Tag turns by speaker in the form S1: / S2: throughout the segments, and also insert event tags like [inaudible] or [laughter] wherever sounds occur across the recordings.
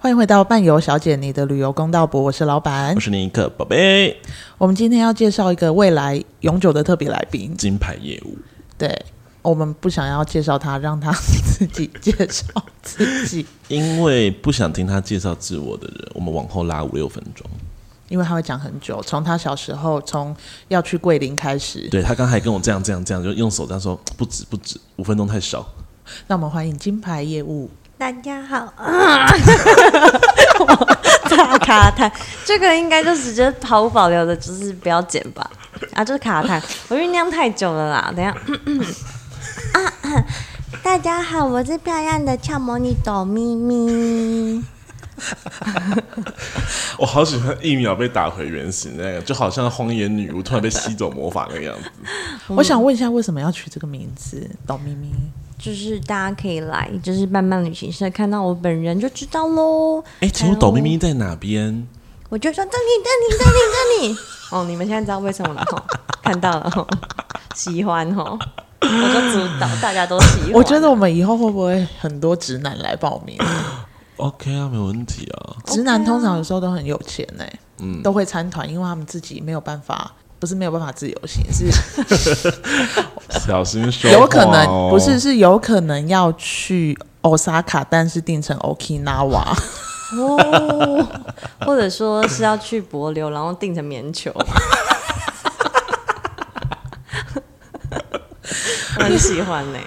S1: 欢迎回到伴游小姐你的旅游公道博，我是老板
S2: 我。是尼克宝贝，
S1: 我们今天要介绍一个未来永久的特别来宾，
S2: 金牌业务。
S1: 对我们不想要介绍他，让他自己介绍自己， [laughs]
S2: 因为不想听他介绍自我的人，我们往后拉五六分钟。
S1: 因为他会讲很久，从他小时候从要去桂林开始。
S2: 对他刚才跟我这样这样这样，就用手这样说，不止不止，五分钟太少。
S1: 那我们欢迎金牌业务，
S3: 大家好， [laughs] 我大卡痰，这个应该就直接毫无保留的，就是不要剪吧。啊，就是卡痰，我酝酿太久了啦。等一下，咳咳啊，咳大家好，我是漂亮的俏魔女朵咪咪。
S2: 我好喜欢一秒被打回原形那个，就好像荒野女巫突然被吸走魔法那个样子。
S1: 我想问一下，为什么要取这个名字？董咪咪，
S3: 就是大家可以来，就是慢慢旅行社看到我本人就知道喽。
S2: 哎，请问抖咪咪在哪边？
S3: 我就说这里，这里，这里，这里。哦，你们现在知道为什么了吼，看到了吼，喜欢吼，我就主导大家都喜欢。
S1: 我觉得我嗯们以后会不会很多直男来报名？
S2: OK 啊，没问题啊。
S1: 直男通常有时候都很有钱呢、嗯，都会参团，因为他们自己没有办法，不是没有办法自由行，是
S2: 小心说哦
S1: 有可能、不是，是有可能要去 Osaka，但是定成 Okinawa， [laughs]
S3: 哦，或者说是要去柏流，然后订成
S1: [laughs]
S3: 棉球。我很喜欢呢、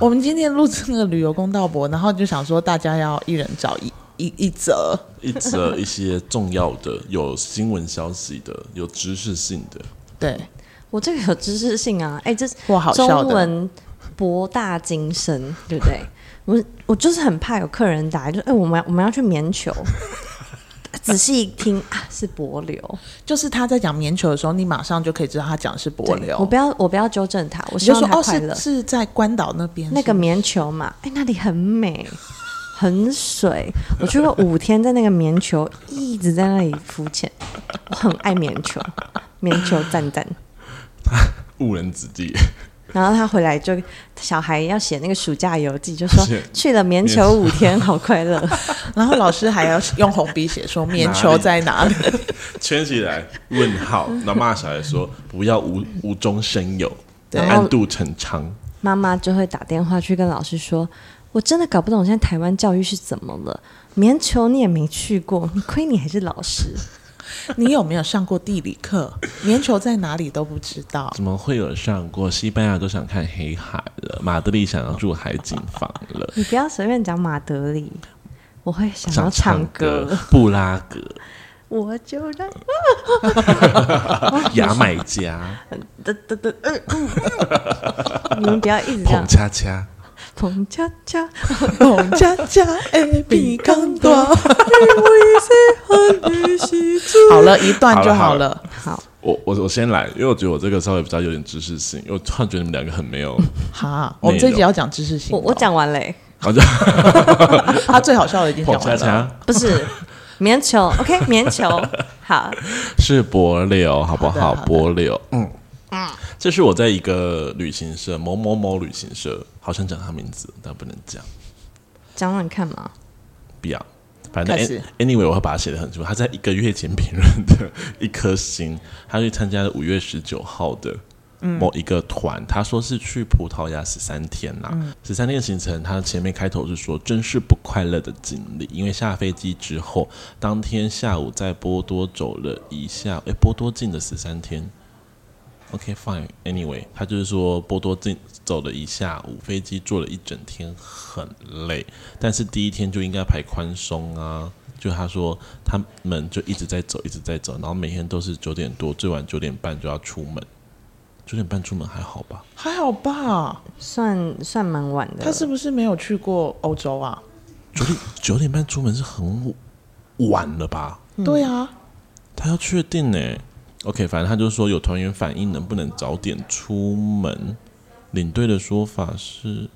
S1: 我们今天录这个旅游公道博，然后就想说大家要一人找一一一则，
S2: 一则一些重要的、有新闻消息的、有知识性的。
S1: 对，
S3: 我这个有知识性
S1: [laughs]
S3: 啊，哎、这
S1: 哇好笑
S3: 中
S1: 的
S3: 文博大精深，对不对？我我就是很怕有客人打来，就哎、我们要我们要去棉球， [laughs] 仔细一听啊，是柏流。
S1: 就是他在讲棉球的时候，你马上就可以知道他讲的是柏
S3: 对我
S1: 流，
S3: 不要我不要纠正他，
S1: 你
S3: 我希
S1: 就
S3: 望
S1: 说
S3: 他
S1: 哦，
S3: 快乐。
S1: 是是在关岛那边
S3: 那个
S1: 是
S3: 棉球嘛，哎、那里很美，很水。我去过五天，在那个棉球一直在那里浮潜，我很爱棉球，棉球赞赞。
S2: 误人子弟，
S3: 然后他回来就小孩要写那个暑假游记，就说
S2: 是
S3: 去了棉球五天，好快乐。
S1: 然后老师还要用红笔写 [laughs] 说棉球在哪里， [laughs]
S2: 圈起来问号，然后骂小孩说不要无无中生有，
S1: 对
S2: 暗度陈仓。
S3: [laughs] 妈妈就会打电话去跟老师说：“我真的搞不懂现在台湾教育是怎么了，棉球你也没去过，你亏你还是老师。
S1: 你有没有上过地理课？棉球在哪里都不知道。
S3: [laughs]
S2: 怎么会有上过？西班牙都想看黑海了，马德里想要住海景房了，
S3: 你不要随便讲马德里，我会想
S2: 想
S3: 要唱
S2: 唱
S3: 歌。”
S2: 歌，布拉格、
S3: 我就让
S2: 牙买加、
S3: 得得得，嗯嗯嗯你们不要一直这
S2: 捧
S3: 样
S2: 恰恰。
S3: 捧恰恰，
S1: 董佳佳哎， [laughs] 比康多。好了，一段就好
S2: 好了好
S1: 了。
S3: 好，
S2: 我我我先来，因为我觉得我这个稍微比较有点知识性，因为我突然觉得你们两个很没有，
S1: 好，我们这一集要讲知识性的
S3: 我
S1: 哦。
S3: 我讲完嘞，
S2: 好像
S1: 他最好笑的已经
S2: 捧
S1: 讲
S2: 恰
S1: 完了。
S2: 恰
S3: 不是棉球，OK，棉球，好，
S2: 是柏柳，好不
S1: 好的
S2: 好？
S1: 好的
S2: 柏柳，嗯这是我在一个旅行社某某某旅行社，好想讲他名字，但不能讲，
S3: 讲完看嘛，
S2: 不要。反正
S1: 开始
S2: an- anyway，我会把它写的很清楚。他在一个月前评论的一颗星，他去参加了五月十九号的
S1: 嗯
S2: 某一个团，他说是去葡萄牙十三天啦、
S1: 嗯
S2: 十三、天行程，他前面开头是说真是不快乐的经历，因为下飞机之后，当天下午在波多走了一下，诶，波多进了十三天。OK fine anyway，他就是说波多进走了一下午，飞机坐了一整天，很累，但是第一天就应该排宽松啊。就他说他们就一直在走，一直在走，然后每天都是九点多，最晚九点半就要出门。九点半出门还好吧？
S1: 还好吧，
S3: 算算蛮晚的，
S1: 他是不是没有去过欧洲啊？
S2: 九点九点半出门是很晚了吧？
S3: 嗯
S1: 对啊，
S2: 他要确定呢、OK，反正他就说有团员反映能不能早点出门。领队的说法是，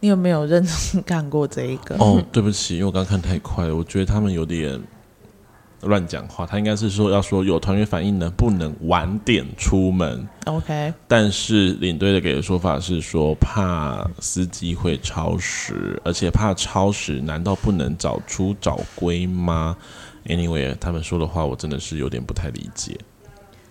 S1: 你有没有认真看过这一个？
S2: 哦哦，对不起，因为我刚看太快了，我觉得他们有点乱讲话，他应该是说要说有团员反映呢，不能晚点出门。
S1: OK，
S2: 但是领队的给的说法是说，怕司机会超时，而且怕超时，难道不能早出早归吗？Anyway，他们说的话我真的是有点不太理解。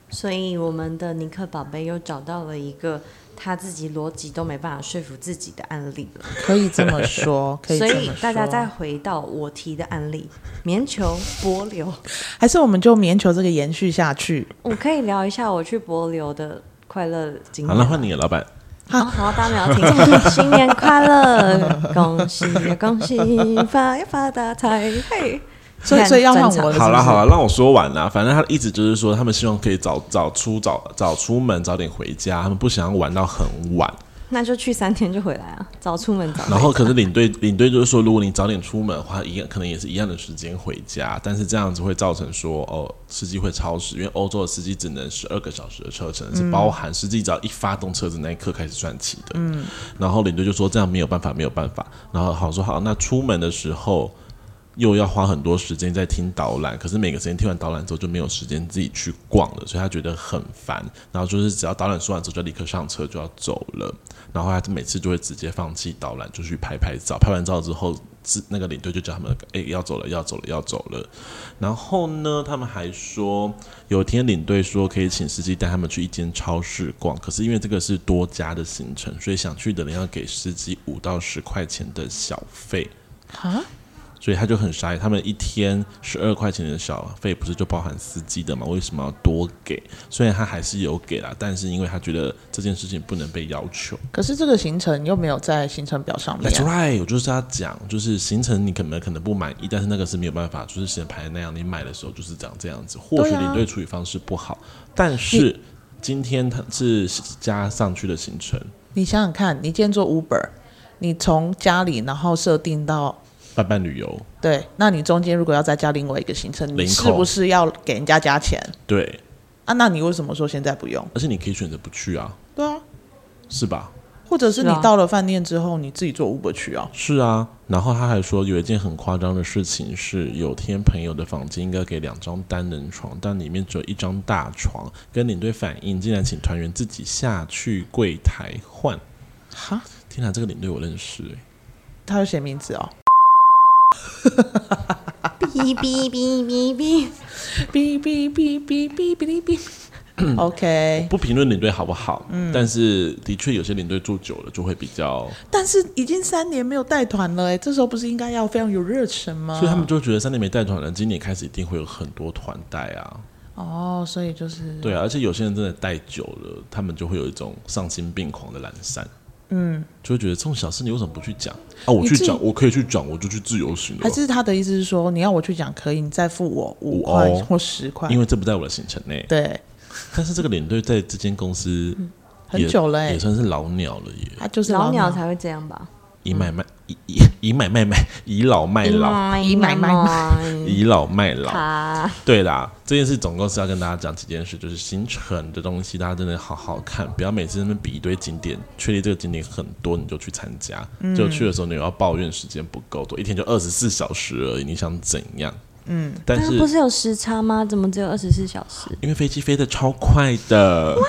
S3: 所以我们的尼克宝贝又找到了一个他自己逻辑都没办法说服自己的案例了。
S1: 可以这么
S2: [laughs]
S1: 说，可以
S3: 所
S1: 这么
S3: 以
S1: 说。
S3: 大家再回到我提的案例，棉球、柏流，
S1: 还是我们就棉球这个延续下去。
S3: 我可以聊一下我去柏流的快乐经
S2: 好，
S3: 验。
S2: 那换你了，老板。
S3: 好，好，大家没有听，新年快乐，恭喜呀，恭喜，发呀发大财，嘿。
S1: 所以所以要换我
S3: 转场
S1: 了是不是
S2: 好啦好啦，让我说完啦。反正他一直就是说，他们希望可以早早出早早出门，早点回家。他们不想要玩到很晚。
S3: 那就去三天就回来啊，早出
S1: [laughs]
S3: 门早。
S2: 然后可是领队领队就是说，如果你早点出门的话，一样可能也是一样的时间回家，但是这样子会造成说哦，司机会超时，因为欧洲的司机只能十二个小时的车程，是包含司机只要一发动车子那一刻开始算起的。嗯，然后领队就说这样没有办法，没有办法。然后好说好，那出门的时候。又要花很多时间在听导览，可是每个时间听完导览之后就没有时间自己去逛了，所以他觉得很烦。然后就是只要导览说完之后就立刻上车就要走了，然后他每次就会直接放弃导览，就去拍拍照。拍完照之后，自那个领队就叫他们诶要走了，要走了，要走了。然后呢，他们还说有天领队说可以请司机带他们去一间超市逛，可是因为这个是多家的行程，所以想去的人要给司机五到十块钱的小费。
S1: 啊，
S2: 所以他就很傻眼，他们一天十二块钱的小费不是就包含司机的嘛？为什么要多给？虽然他还是有给啦，但是因为他觉得这件事情不能被要求。
S1: 可是这个行程又没有在行程表上面
S2: That's right，我就是要讲，就是行程你可能可能不满意，但是那个是没有办法，就是行程排那样，你买的时候就是长这样子。或许
S1: 对啊
S2: 领队处理方式不好，但是今天他是加上去的行程，
S1: 你想想看，你今天做 Uber，你从家里然后设定到
S2: 伴伴旅游，
S1: 对，那你中间如果要再加另外一个行程，
S2: 零
S1: 你是
S2: 扣
S1: 不是要给人家加钱
S2: 对，
S1: 啊？那你为什么说现在不用？
S2: 而且你可以选择不去啊，
S1: 对啊，
S2: 是吧？
S1: 或者是
S3: 是
S1: 你
S3: 啊
S1: 到了饭店之后，你自己做 Uber 去啊？
S2: 是啊，然后他还说有一件很夸张的事情是，有天朋友的房间应该给两张单人床，但里面只有一张大床，跟领队反映，竟然请团员自己下去柜台换。
S1: 哈，
S2: 天哪，这个领队我认识、欸，
S1: 他有写名字哦。
S3: 哔哔哔哔哔，
S1: 哔哔哔哔哔哔哔哔。OK， [coughs]
S2: 不评论领队好不好？嗯，但是的确有些领队住久了就会比较，
S1: 但是已经三年没有带团了、哎，这时候不是应该要非常有热忱吗？
S2: 所以他们就觉得三年没带团了，今年开始一定会有很多团带啊。
S1: 哦，所以就是
S2: 对啊，而且有些人真的带久了，他们就会有一种丧心病狂的懒散。嗯，就会觉得这种小事你为什么不去讲啊？我
S1: 你
S2: 去
S1: 自己
S2: 讲，我可以去讲，我就去自由行了
S1: 还，是他的意思是说，你要我去讲可以，你再付我五
S2: 五
S1: 块
S2: 欧
S1: 或十块，
S2: 因为这不在我的行程内。
S1: 对，
S2: 但是这个领队在这间公司
S1: 嗯很
S2: 也
S1: 久了哎、
S2: 也算是老鸟了耶，
S1: 他就是
S3: 老鸟
S1: 鸟
S3: 才会这样吧？
S2: 倚买卖倚倚倚买卖卖，倚老卖老，
S1: 姨买买
S2: 倚老卖老。
S3: 卡
S2: 对啦，这件事总共是要跟大家讲几件事，就是行程的东西，大家真的好好看，不要每次在那边比一堆景点，确定这个景点很多你就去参加，就去的时候你又要抱怨时间不够多，一天就二十四小时而已，你想怎样？嗯，但
S3: 但
S2: 是
S3: 不是有时差吗？怎么只有二十四小时？
S2: 因为飞机飞得超快的，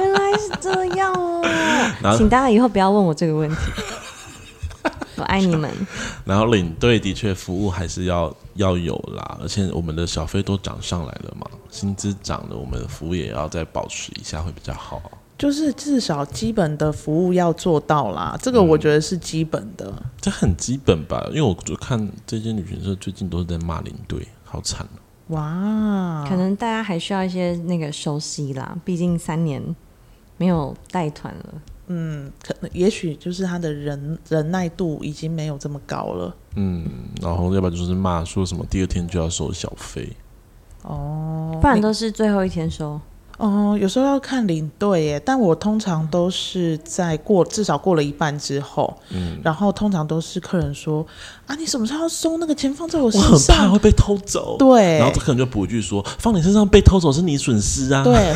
S3: 原来是这样
S2: 然
S3: 哦，
S2: 后
S3: 请大家以后不要问我这个问题。我爱你们，
S2: 然后领队的确服务还是要要有啦，而且我们的小费都涨上来了嘛，薪资涨了，我们的服务也要再保持一下会比较好啊。
S1: 就是至少基本的服务要做到啦，这个我觉得是基本的。
S2: 这很基本吧？因为我就看这些旅行社最近都是在骂领队，好惨哦、
S1: 哇，
S3: 可能大家还需要一些那个熟悉啦，毕竟三年没有带团了。
S1: 可能也许就是他的忍忍耐度已经没有这么高了。
S2: 嗯，然后要不然就是骂说什么第二天就要收小费，
S1: 哦，
S3: 不然都是最后一天收。
S1: 哦，有时候要看领队耶，但我通常都是在过至少过了一半之后，
S2: 嗯，
S1: 然后通常都是客人说啊，你什么时候要收那个钱放在我
S2: 我
S1: 身
S2: 很怕
S1: 上？
S2: 会被偷走。，
S1: 对
S2: 然后这客人就补一句说，放你身上被偷走是你损失啊。，
S1: 对，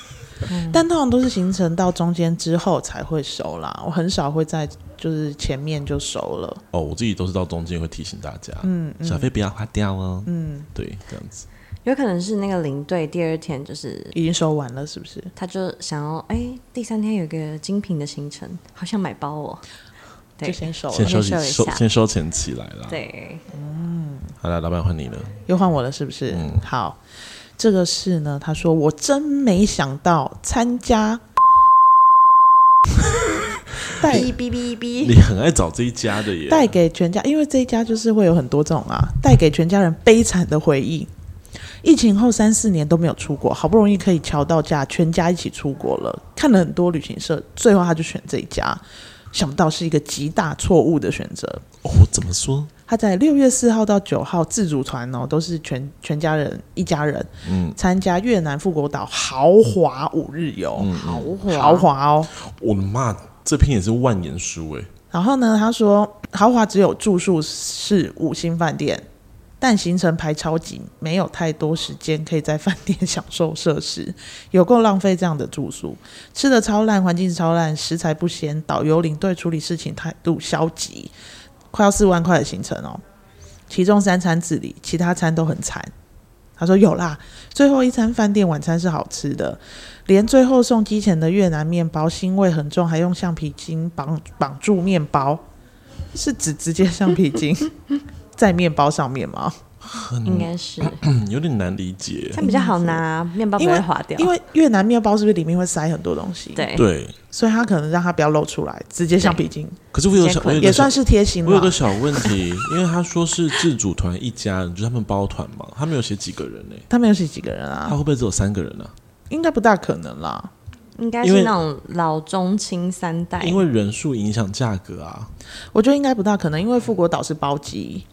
S1: [laughs] 但通常都是行程到中间之后才会收啦，我很少会在就是前面就收了。
S2: 哦，我自己都是到中间会提醒大家，嗯，小费不要花掉哦，嗯，对，这样子，
S3: 有可能是那个领队第二天就是
S1: 已经收完了，是不是？
S3: 他就想要，哎、第三天有个精品的行程，好想买包哦。对
S1: 就先收
S2: 先
S1: 了，
S2: 收
S3: 先
S2: 起
S3: 收
S2: 收
S3: 一下
S2: 先收钱起来啦。
S3: 对，
S2: 好了，老板换你了，
S1: 又换我了，是不是？好，这个是呢，他说我真没想到参加带
S3: 哔哔哔哔，
S2: 你很爱找这一家的耶，
S1: 带给全家，因为这一家就是会有很多这种啊，带给全家人悲惨的回忆。疫情后三四年都没有出国，好不容易可以瞧到假，全家一起出国了。看了很多旅行社，最后他就选这一家，想不到是一个极大错误的选择。
S2: 哦，怎么说？
S1: 他在六月四号到九号自主团哦，都是全全家人一家人
S2: 嗯，
S1: 参加越南富国岛豪华五日游，
S3: 豪
S1: 豪华哦。
S2: 我的妈，这篇也是万言书哎，
S1: 然后呢，他说豪华只有住宿是五星饭店，但行程排超紧，没有太多时间可以在饭店享受设施，有够浪费这样的住宿。吃的超烂，环境超烂，食材不鲜，导游领队处理事情态度消极，快要四万块的行程哦，其中三餐自理，其他餐都很惨。他说有啦，最后一餐饭店晚餐是好吃的，连最后送机前的越南面包腥味很重，还用橡皮筋绑绑住面包，是指直接橡皮
S2: [laughs]
S1: 筋在面包上面吗？
S3: 应该是，
S2: 嗯，有点难理解
S3: 这。样比较好拿，面包不
S1: 因为
S3: 会滑掉
S1: 因。为越南面包是不是里面会塞很多东西？，
S3: 对，
S2: 啊对，
S1: 所以他可能让它不要露出来，直接橡皮筋
S2: 可是我有
S3: 先
S2: 想，我
S3: 捆
S2: 有
S1: 也
S2: 个
S1: 算
S2: 小，
S1: 是贴心
S2: 我有个
S1: 了。
S2: 小问题， [laughs] 因为他说是自主团一家人，就是他们包团嘛，他们有写几个人呢？
S1: 他们有几个人
S2: 他
S1: 啊？
S2: 会不会只有三个人呢？
S1: 应该不大可能啦。
S3: 应该
S2: 因为
S3: 是那种老中青三代，
S2: 因为人数影响价格啊。
S1: 我觉得应该不大可能，因为富国岛是包机，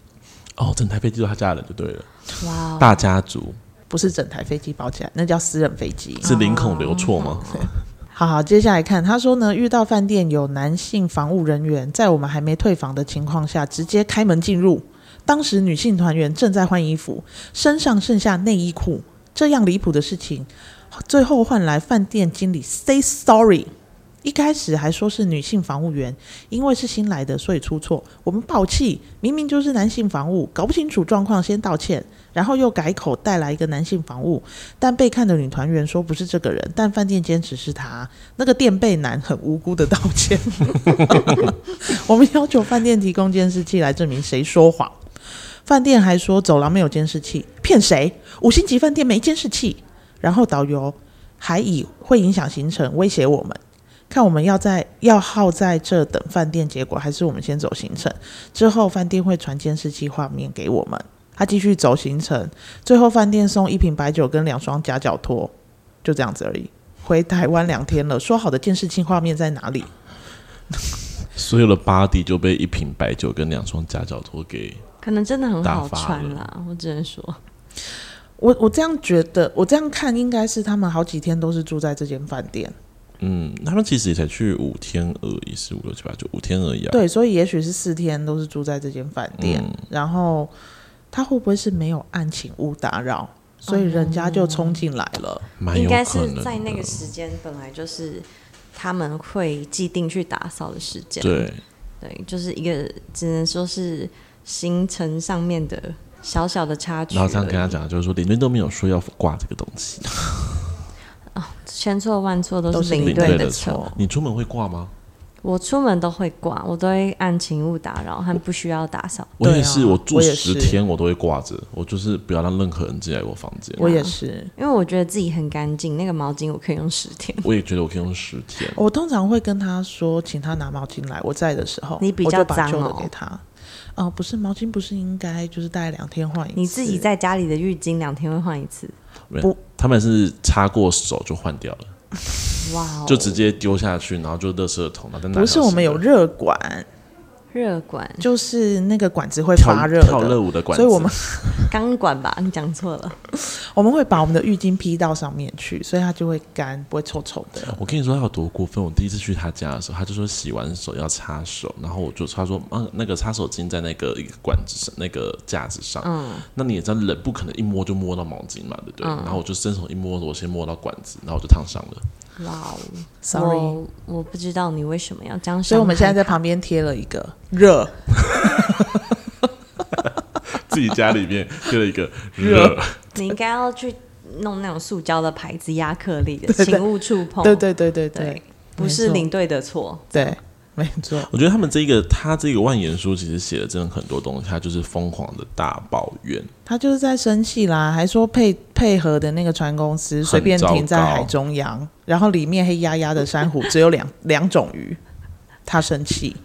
S2: 哦，整台飞机都他家人就对了，
S3: 哇哦，
S2: 大家族
S1: 不是整台飞机包起来，那叫私人飞机。
S2: 是林孔刘错吗？
S3: 哦
S1: 好好，接下来看，他说呢，遇到饭店有男性防务人员在我们还没退房的情况下，直接开门进入。当时女性团员正在换衣服，身上剩下内衣裤，这样离谱的事情，最后换来饭店经理 say sorry。一开始还说是女性防务员，因为是新来的，所以出错。我们抱气，明明就是男性防务，搞不清楚状况先道歉，然后又改口带来一个男性防务，但被看的女团员说不是这个人，但饭店坚持是他。那个垫背男很无辜的道歉。 [laughs] 我们要求饭店提供监视器来证明谁说谎。饭店还说走廊没有监视器，骗谁？五星级饭店没监视器。然后导游还以会影响行程威胁我们，看我们要在要耗在这等饭店结果，还是我们先走行程？之后饭店会传监视器画面给我们。他继续走行程，最后饭店送一瓶白酒跟两双夹脚拖，就这样子而已。回台湾两天了，说好的监视器画面在哪里？
S2: [laughs] 所有的 body 就被一瓶白酒跟两双夹脚拖给
S3: 可能真的很
S2: 打
S3: 好
S2: 发
S3: 穿
S2: 了
S3: 啦，我只能说，
S1: 我我这样觉得，我这样看应该是他们好几天都是住在这间饭店，
S2: 嗯，他们其实也才去五天而已，四五六七八九五天而已啊。，嗯
S1: 对，嗯所以也许是四天都是住在这间饭店，然后他会不会是没有按请勿打扰，所以人家就冲进来了？
S2: 蛮
S3: 应
S2: 有
S3: 该
S2: 可
S3: 是
S2: 能的。
S3: 在那个时间本来就是他们会既定去打扫的时间，
S2: 对，
S3: 对，就是一个只能说是行程上面的小小的插曲
S2: 然
S3: 而
S2: 后
S3: 已，
S2: 这样跟他讲，就是说领队都没有说要挂这个东西，
S3: 千错万错都
S1: 都
S3: 是
S1: 是嗯领
S3: 领
S1: 队
S3: 队
S1: 的
S3: 的
S1: 错
S3: 错。
S2: 你出门会挂吗？
S3: 我出门都会挂，我都会按勤务打扰，和不需要打扫。
S2: 我
S1: 对
S2: 也
S1: 啊
S2: 是，我住
S1: 我也
S2: 十
S1: 是
S2: 天我都会挂着，我就是不要让任何人进来我房间。
S1: 我也是，
S3: 因为我觉得自己很干净，那个毛巾我可以用十天。
S2: 我也觉得我可以用十天，
S1: 我通常会跟他说，请他拿毛巾来。我在的时候，
S3: 你比较
S1: 我就把
S3: 脏
S1: 旧的
S3: 哦
S1: 给他。哦、不是毛巾，不是应该就是大概两天换一次？
S3: 你自己在家里的浴巾两天会换一次，
S2: 没
S1: 不
S2: 有，他们是擦过手就换掉了，
S3: 哇、哦！
S2: 嗯就直接丢下去，然后就垃圾桶，然后再拿。
S1: 不是我们有热管，
S3: 热管、
S1: 就是那个管子会
S2: 跳
S1: 发热
S2: 跳
S1: 的，
S2: 热舞的馆，
S1: 所以我们
S3: 钢管吧？你讲错了，
S1: 我们会把我们的浴巾披到上面去，所以它就会干，不会臭臭的。
S2: 我跟你说他有多过分！我第一次去他家的时候，他就说洗完手要擦手，然后我就他说啊，那个擦手巾在那个一个管子上、那个架子上。
S3: 嗯，
S2: 那你也知道人不可能一摸就摸到毛巾嘛，对不对？
S3: 嗯
S2: 然后我就伸手一摸，我先摸到管子，然后我就烫伤了。
S3: 哇哦
S1: Sorry，
S3: 我我不知道你为什么要这样想，
S1: 所以我们现在在旁边贴了一个热，
S2: 自己家里面贴了一个
S1: 热
S2: 热，
S3: 你应该要去弄那种塑胶的牌子压克力的，
S1: 对对
S3: 请勿触碰，
S1: 对对对对
S3: 哦对
S1: 对
S3: 不是
S1: 没错
S3: 领队的错，
S1: 对，没错。
S2: 我觉得他们这个他这个万言书其实写了真的很多东西，他就是疯狂的大抱怨。
S1: 他就是在生气啦，还说配配合的那个船公司随便停在海中央，然后里面黑压压的珊瑚只有两 [laughs] 两种鱼，他生气。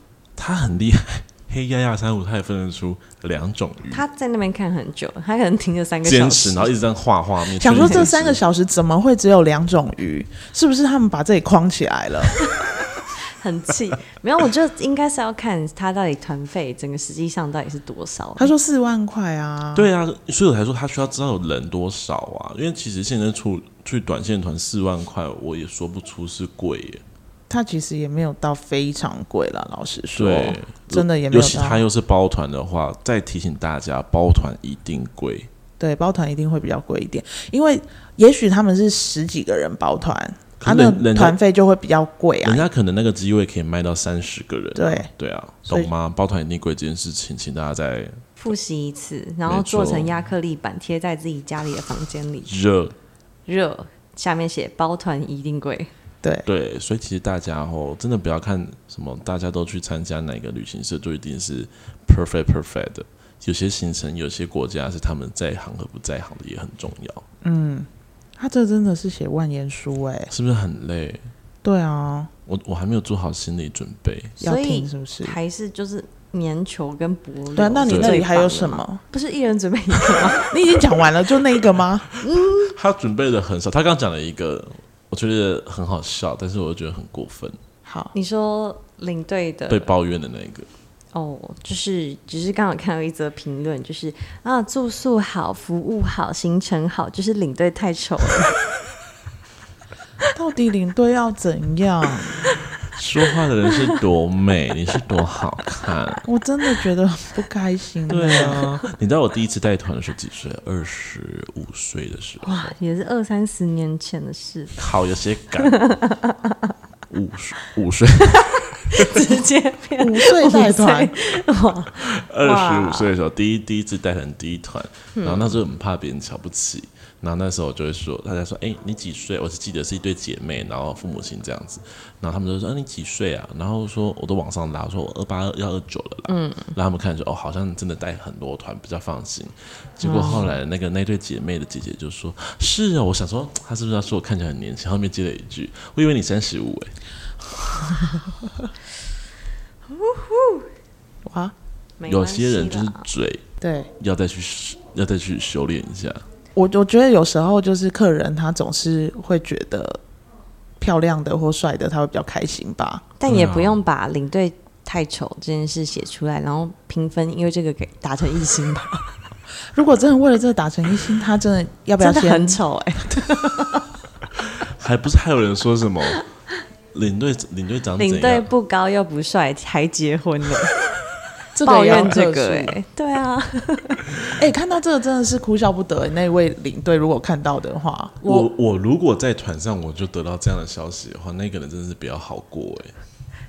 S2: 他很厉害，黑压压珊瑚他也分得出两种鱼，
S3: 他在那边看很久，他可能停了三个
S2: 坚
S3: 小
S2: 持
S3: 时，
S2: 然后一直这样画画面，
S1: 想说
S2: 确定
S1: 这三个
S2: 坚持
S1: 小时怎么会只有两种鱼？是不是他们把这里框起来
S2: [laughs]
S1: 了？
S3: 很气。没有，我就应该是要看他到底团费整个实际上到底是多少。
S1: 他说四万块啊，，
S2: 对啊，所以我才说他需要知道有人多少啊，因为其实现在出去短线团四万块，我也说不出是贵耶。
S1: 他其实也没有到非常贵啦，老实说，
S2: 对，
S1: 真的也没
S2: 尤
S1: 有
S2: 其他
S1: 到。
S2: 又是包团的话，再提醒大家，包团一定贵。
S1: 对，包团一定会比较贵一点，因为也许他们是十几个人包团，
S2: 可
S1: 他、
S2: 是
S1: 那
S2: 人
S1: 个团费就会比较贵啊
S2: 人。家可能那个机位可以卖到三十个人、
S1: 对，
S2: 对啊，
S1: 所以
S2: 懂吗？包团一定贵这件事情，请大家再
S3: 复习一次，然后
S2: 没错
S3: 做成亚克力板贴在自己家里的房间里，
S2: 热。
S3: 热下面写包团一定贵。
S1: 对，
S2: 对，所以其实大家哦，真的不要看什么大家都去参加哪个旅行社就一定是 perfect perfect 的。有些行程，有些国家是他们在行和不在行的也很重要，
S1: 他这真的是写万言书哎、
S2: 是不是很累？
S1: 对啊，
S2: 我我还没有做好心理准备，
S1: 要
S3: 所以
S1: 听是不是？
S3: 还是就是棉球跟薄柳。
S1: 对啊，那你那里还有什？么？
S3: 不是一人
S1: [laughs]
S3: 准备一个吗？
S1: 你已经讲完了，就那一个
S3: [laughs]
S1: 吗？
S2: 他准备的很少。他刚讲了一个，我觉得很好笑，但是我又觉得很过分，
S1: 好，
S3: 你说领队的
S1: 呃
S2: 被抱怨的那个。
S3: 哦，就是只是刚好看到一则评论，就是啊，住宿好，服务好，行程好，就是领队太
S1: [laughs]
S3: 丑了。
S1: 到底领队要怎样？
S2: 说话的人是多美，你是多好看。 [laughs]
S1: 我真的觉得很不开心。
S2: 对，啊，你知道我第一次带团的时候几岁？二十五岁的时候。
S3: 哇，也是二三十年前
S1: [laughs]
S3: 的事，
S2: 好有些赶。五十五岁，
S3: 直接变
S1: 五岁带团，
S3: 哇，
S2: 二十五岁的时候，第一第一次带团第一团，
S3: 嗯
S2: 然后那时候很怕别人瞧不起，然后那时候我就会说，大家说，哎、你几岁？我只记得是一对姐妹，然后父母亲这样子，然后他们就说，啊，你几岁啊？然后说我都往上拉，我说我二八要二九了啦，嗯，然后他们看说，哦，好像真的带很多团比较放心。结
S3: 嗯
S2: 果后来那个那对姐妹的姐姐就说，是啊，我想说她是不是要说我看起来很年轻？后面接了一句，我以为你三十五哎。
S1: 哇，
S3: 没
S2: 有
S3: 关系
S2: 些人就是
S3: 啦
S2: 嘴
S1: 对
S2: 要再去修要再去修炼一下，
S1: 我我觉得有时候就是客人他总是会觉得漂亮的或帅的他会比较开心吧。
S3: 但
S2: 嗯
S3: 也不用把领队太丑这件事写出来，然后评分因为这个给打成一星吧，
S1: 如果真的为了这个打成一星，他真的要不要
S3: 真的很
S1: 先？
S3: 丑哎、
S2: 还不是还有人说
S1: [laughs]
S2: 什么领队领队长怎
S3: 领队
S2: 样？
S3: 不高又不帅，还结婚了，
S1: 这个
S3: 抱
S1: 也要
S3: 怨这
S1: 克
S3: 个
S1: 数
S3: 哎、对啊， [laughs]
S1: 哎、看到这个真的是哭笑不得、欸那位领队如果看到的话，
S2: 我我如果在团上我就得到这样的消息的话，那个人真的是比较好过哎、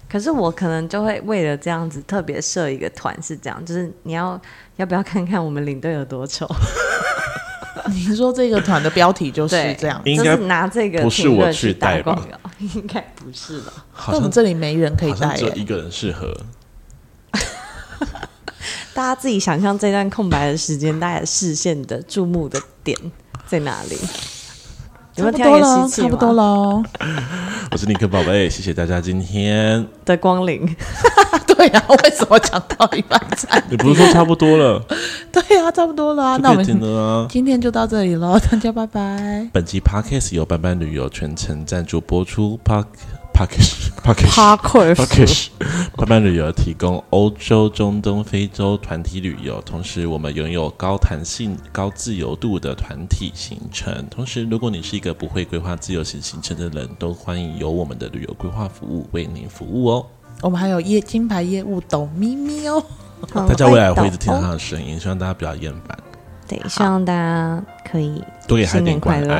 S3: 可是我可能就会为了这样子特别设一个团，是这样，就是你要要不要看看我们领队有多丑？
S1: 你说这个团的标题就是
S3: 对
S1: 这样，
S2: [laughs] 应
S3: 就
S2: 该
S3: 是拿这个
S2: 不是
S3: 评论
S2: 我去带
S3: 打
S2: 吧
S3: 广告， [laughs] 应该不是吧？
S2: 好
S1: 但我们
S2: 像
S1: 这里没人可以
S2: 好像
S1: 带欸
S2: 只有
S1: 耶、
S2: 一个人适合。
S3: 大家自己想象这段空白的时间，大家视线的注目的点在哪里？有没
S1: 差
S3: 有
S1: 不多
S3: 听到一个
S1: 了，
S3: 吸
S1: 差
S3: 气
S1: 不多
S3: 吗
S1: 了。 [laughs]
S2: 我是尼克宝贝，谢谢大家今 [laughs] 天。
S3: 的光临，
S1: 对呀、啊，为什么讲到一半
S3: [laughs]
S1: 才？
S2: 你不是说差不多了，
S1: 对呀、啊，差不多了啊、
S2: 就
S1: 那我
S2: 可以停
S1: 们
S2: 了啊。
S1: 今天就到这里喽，大家拜拜。
S2: 本集 podcast 由班班旅游全程赞助播出，Pod Parkish Parkish
S3: parkour
S2: Parkish 伴伴旅游提供欧洲、中东、非洲团体旅游，同时我们拥有高弹性、高自由度的团体行程。同时，如果你是一个不会规划自由行行程的人，都欢迎由我们的旅游规划服务为您服务哦。
S1: 我们还有业金牌业务抖咪咪哦。
S3: 很
S2: 大家未来
S3: 爱
S2: 会一直听到啊
S3: 抖
S2: 他的声音，希望大家不要厌烦，
S3: 哦对，希望大家可以
S2: 多给他一
S3: 新
S2: 点
S3: 年快
S2: 关
S3: 乐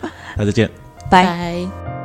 S2: [laughs] 爱。大家再见。
S3: 拜。
S1: 拜